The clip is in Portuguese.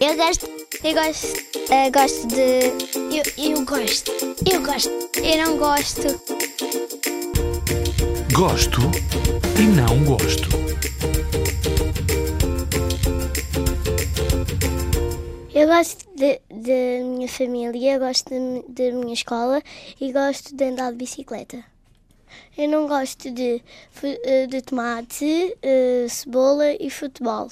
Eu gosto. Eu gosto. eh, gosto de. Eu, eu gosto. Eu gosto. Eu não gosto. Gosto e não gosto. Eu gosto de- da minha família, eu gosto da mi- da minha escola e gosto de andar de bicicleta. Eu não gosto de, fu- eh, de tomate, eh, cebola e futebol.